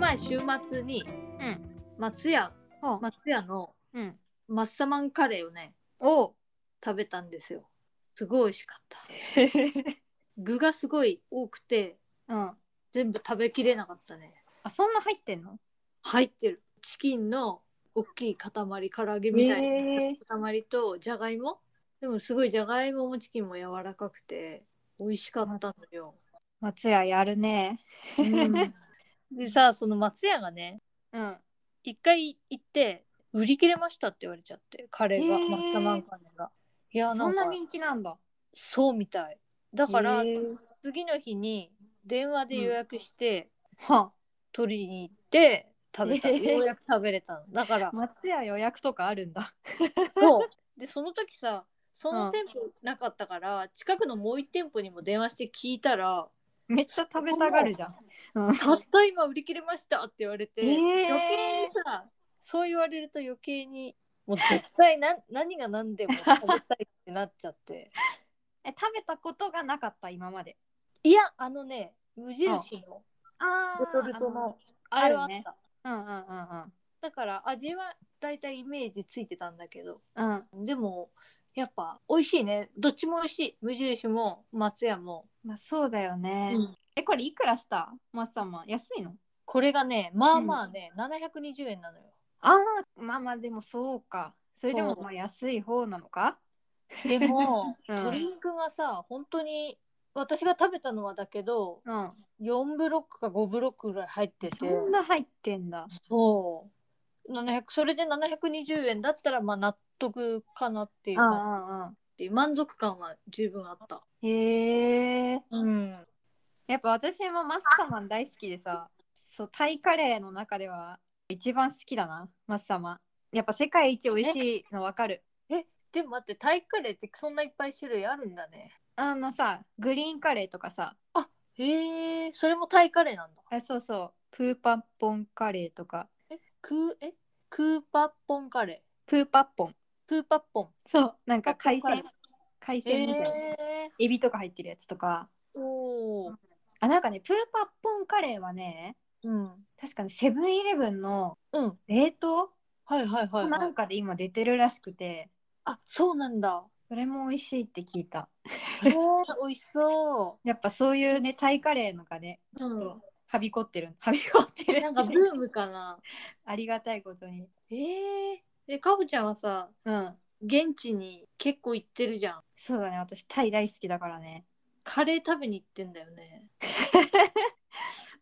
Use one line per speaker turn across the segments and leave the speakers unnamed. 前週末に
うん。
松屋
ほう
松屋の
うん。
マッサマンカレーをね
おう。
食べたんですよすごい美味しか った具がすごい多くて
うん。
全部食べきれなかったね
あ、そんな入ってんの
入ってるチキンの大きい塊唐揚げみたい
へ
な
ー
塊とじゃがいもでもすごいじゃがいももチキンも柔らかくて美味しかったの よ、
松屋やるね。
でさその松屋がね
うん。
一回行って売り切れましたって言われちゃってカレーが
へー
マッタマンカレーがいや
そ
なんんか
な人気なんだ。
そうみたいだから
へー
次の日に電話で予約して、
は
取りに行って食べた、
へー
ようやく食べれたのだから
あ。松屋予約とかあるんだ。
そうでその時さその
うん
店舗なかったから、近くのもう一店舗にも電話して聞いたら
めっちゃ食べたがるじゃん。
「たった今売り切れました」って言われて、
へー
余計にさそう言われると余計にもう絶対な何が何でも食べたいってなっちゃって
え、食べたことがなかった、今まで。
いやあのね無印の
あ
レトルトのあ
あ
れ
る
はあった、
ねうんうんうん
だから味はだいたいイメージついてたんだけど
うん。うん。
でもやっぱ美味しいねどっちも美味しい無印も松屋も、
まあ、そうだよね。
うん
え、これいくらしたマッサマン。安いの
これがねまあまあね、720円なのよ
ああ、まあまあ、でもそうか。それでも
そう
まあ安い方なのか
でも、
うん
鶏肉がさ本当に私が食べたのはだけど
うん。
4ブロックか5ブロックぐらい入ってて
そんな入ってんだ。
そう700それで720円だったらまあ納得かなっていう
うんう
か
んうん。
っていう満足感は十分あった、
へえ。
うん、
やっぱ私もマッサマン大好きでさ、そうタイカレーの中では一番好きだな、マッサマン。やっぱ世界一美味しいのわかる。
でも待ってタイカレーってそんないっぱい種類あるんだね
あのさ、グリーンカレーとかさ、
へえそれもタイカレーなんだ
あそうそう、プーパッポンカレーとか、
えクーえクーパッポンカレー
プーパッポン。
プーパッポン
そう、なんか海
プーパッ
鮮
ポン、
海鮮みたいな。
え
エビとか入ってるやつとか。
ー、おお
あ、なんかね、プーパッポンカレーはね、
うん
確かにセブンイレブンの
うん
冷凍
はいはいはい、
な
は
ん
い、
かで今出てるらしくて、
あそうなん だ
それも美味しいって聞いた。
えー、美味しそ
やっぱそういうねタイカレーのがね
う、うん、
はびこってるはびこってる
なんかブームかな
ありがたいことに
えー、でかほちゃんはさ
うん
現地に結構行ってるじゃん
そうだね私タイ大好きだからね
カレー食べに行ってんだよね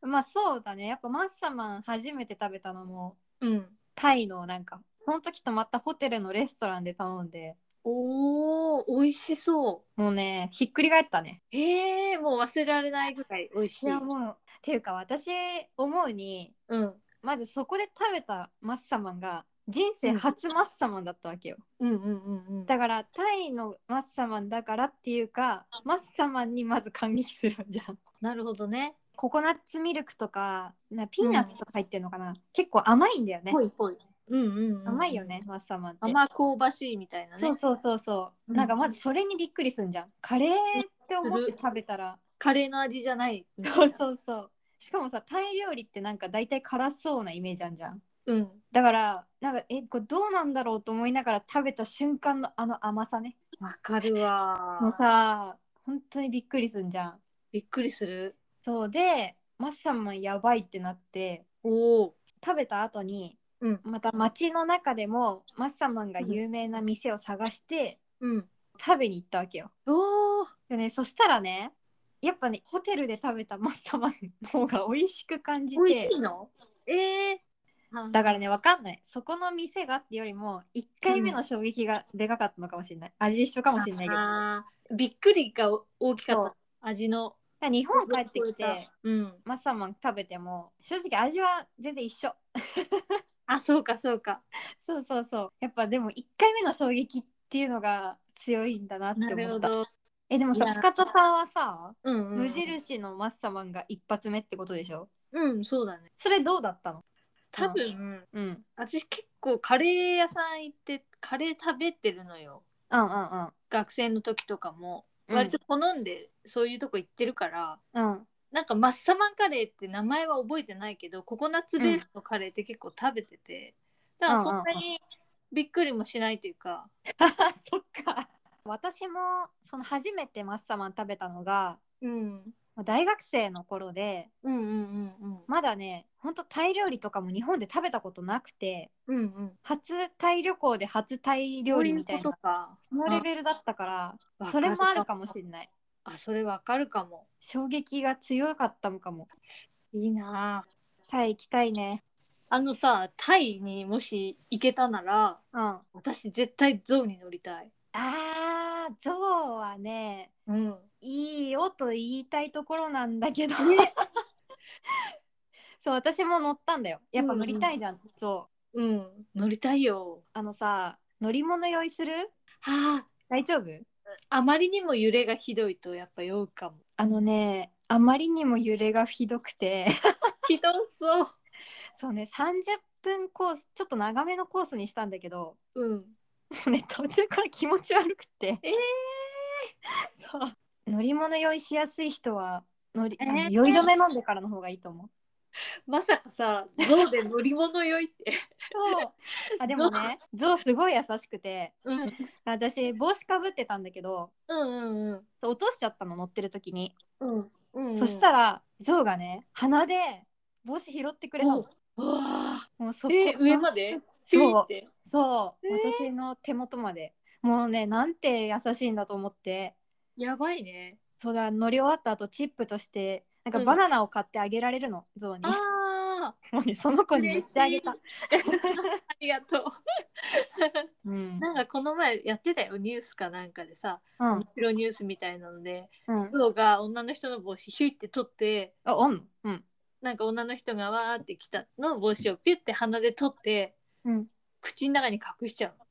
まあそうだねやっぱマッサマン初めて食べたのも
うん
タイのなんかその時泊まったホテルのレストランで頼んで
おお美味しそう
もうねひっくり返ったね
えー、もう忘れられないぐらい美味しい。
もうっていうか私思うに
うん。
まずそこで食べたマッサマンが人生初マッサマンだったわけよ
うんうんうんうん。
だからタイのマッサマンだからっていうかマッサマンにまず感激するじゃん
なるほどね。
ココナッツミルクとかなピーナッツとか入ってるのかな、結構甘いんだよね、
ぽいぽい。うんうん、うん。
甘いよね。マッサマンって
甘香ばしいみたいなね。
そうそうそうそう、
うん
なんかまずそれにびっくりすんじゃんカレーって思って食べたら、
カレーの味じゃない。
そうそうそうしかもさタイ料理ってなんか大体辛そうなイメージあんじゃん
うん。
だからなんかえこれどうなんだろうと思いながら食べた瞬間のあの甘さね
わかるわ。
もうさ本当にびっくりすんじゃん
びっくりする。
そうでマッサマンやばいってなって
おお。
食べた後に
うん
また街の中でもマッサマンが有名な店を探して
うん。
食べに行ったわけよ。
おお。
でねそしたらねやっぱねホテルで食べた マッサマンの方が美味しく感じ
美味していの。ええー。。
だかららね分かんないそこの店がってよりも1回目の衝撃がでかかったのかもしれない味一緒かもしれないけど
あーびっくりが大きか
そ
った
う。
味の。
だから日本帰ってきて。
うん。
マッサマン食べても正直味は全然一緒
あ、そうか、そうか。
そうそうそうやっぱでも1回目の衝撃っていうのが強いんだなって
なる
思
ほ
った
ど。
えでも
い
さ
や
塚田さんはさ
うん、うん。
無。印のマッサマンが一発目ってことでしょ
うん、そうだね。
それどうだったの
多分。
うんうん
私結構カレー屋さん行ってカレー食べてるのよ
うんうん
学生の時とかも
うん
割と好んでそういうとこ行ってるから、
うん
なんかマッサマンカレーって名前は覚えてないけどココナッツベースのカレーって結構食べてて、だからそんなにびっくりもしないというか、
そっか私もその初めてマッサマン食べたのが
うん、
大学生の頃で
うんうんうんうん
まだねほんとタイ料理とかも日本で食べたことなくて
うんうん
初タイ旅行で初タイ料理みたい
そうう
な
ことか
そのレベルだったから
あ
それもあるかもしれない
あそれわかるかも
衝撃が強かったのかも
いいなあ
タイ行きたいね
あのさタイにもし行けたなら
うんあ
私絶対ゾウに乗りたい
ーゾウはね
うん
いいよと言いたいところなんだけど、
ね
そう私も乗ったんだよやっぱ乗りたいじゃん、ゾウ
うん乗りたいよ
あのさ乗り物用意する
はあ
大丈夫
あまりにも揺れがひどいとやっぱ酔うかも
あのねあまりにも揺れがひどくて
ひどそう
そうね30分コースちょっと長めのコースにしたんだけど
うん
もうね途中から気持ち悪くて
えー
そう乗り物用意しやすい人は乗り、あの
えー
酔い止め飲んでからの方がいいと思う
まさかさゾウで乗り物酔いって、
そうあでもねゾウすごい優しくて
うん、
私帽子かぶってたんだけど
うんうん
落としちゃったの乗ってる時に、
うんうん
そし
ら
たらゾウがね鼻で帽子拾ってくれたの
うわ
もうそこ
えー上まで
そ
強いっ
う
て
そう、
えー
私の手元までもうねなんて優しいんだと思って
やばいね
そうだ乗り終わった後チップとしてなんか
うん
バナナを買ってあげられるの、ゾウ に
あー
もうねその子にめっちゃあ げた、
ありがとう
うん
なんかこの前やってたよニュースかなんかでさ
うん
プロニュースみたいなので
うん
ゾウが女の人の帽子ヒュイって取って
あおんうん
なんか女の人がわーって来たのを帽子をピュって鼻で取って
うん
口の中に隠しちゃうの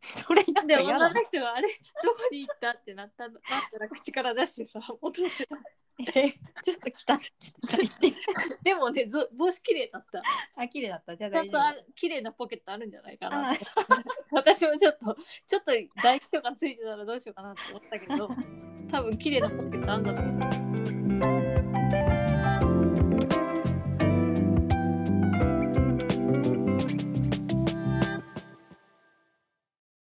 それなん
で
か嫌
女
だな
の人があれ どこに行ったってなったなったら口から出して さ戻してた
えちょっと汚い汚い
でもねぞ帽子綺麗だった
あ綺麗だったじゃあ
ちゃん
大丈
と
夫
ある綺麗なポケットあるんじゃないか
あ
な 私もちょっとちょっと唾液とかつい てたらどうしようかなって思ったけど多分綺麗なポケットあんだと思う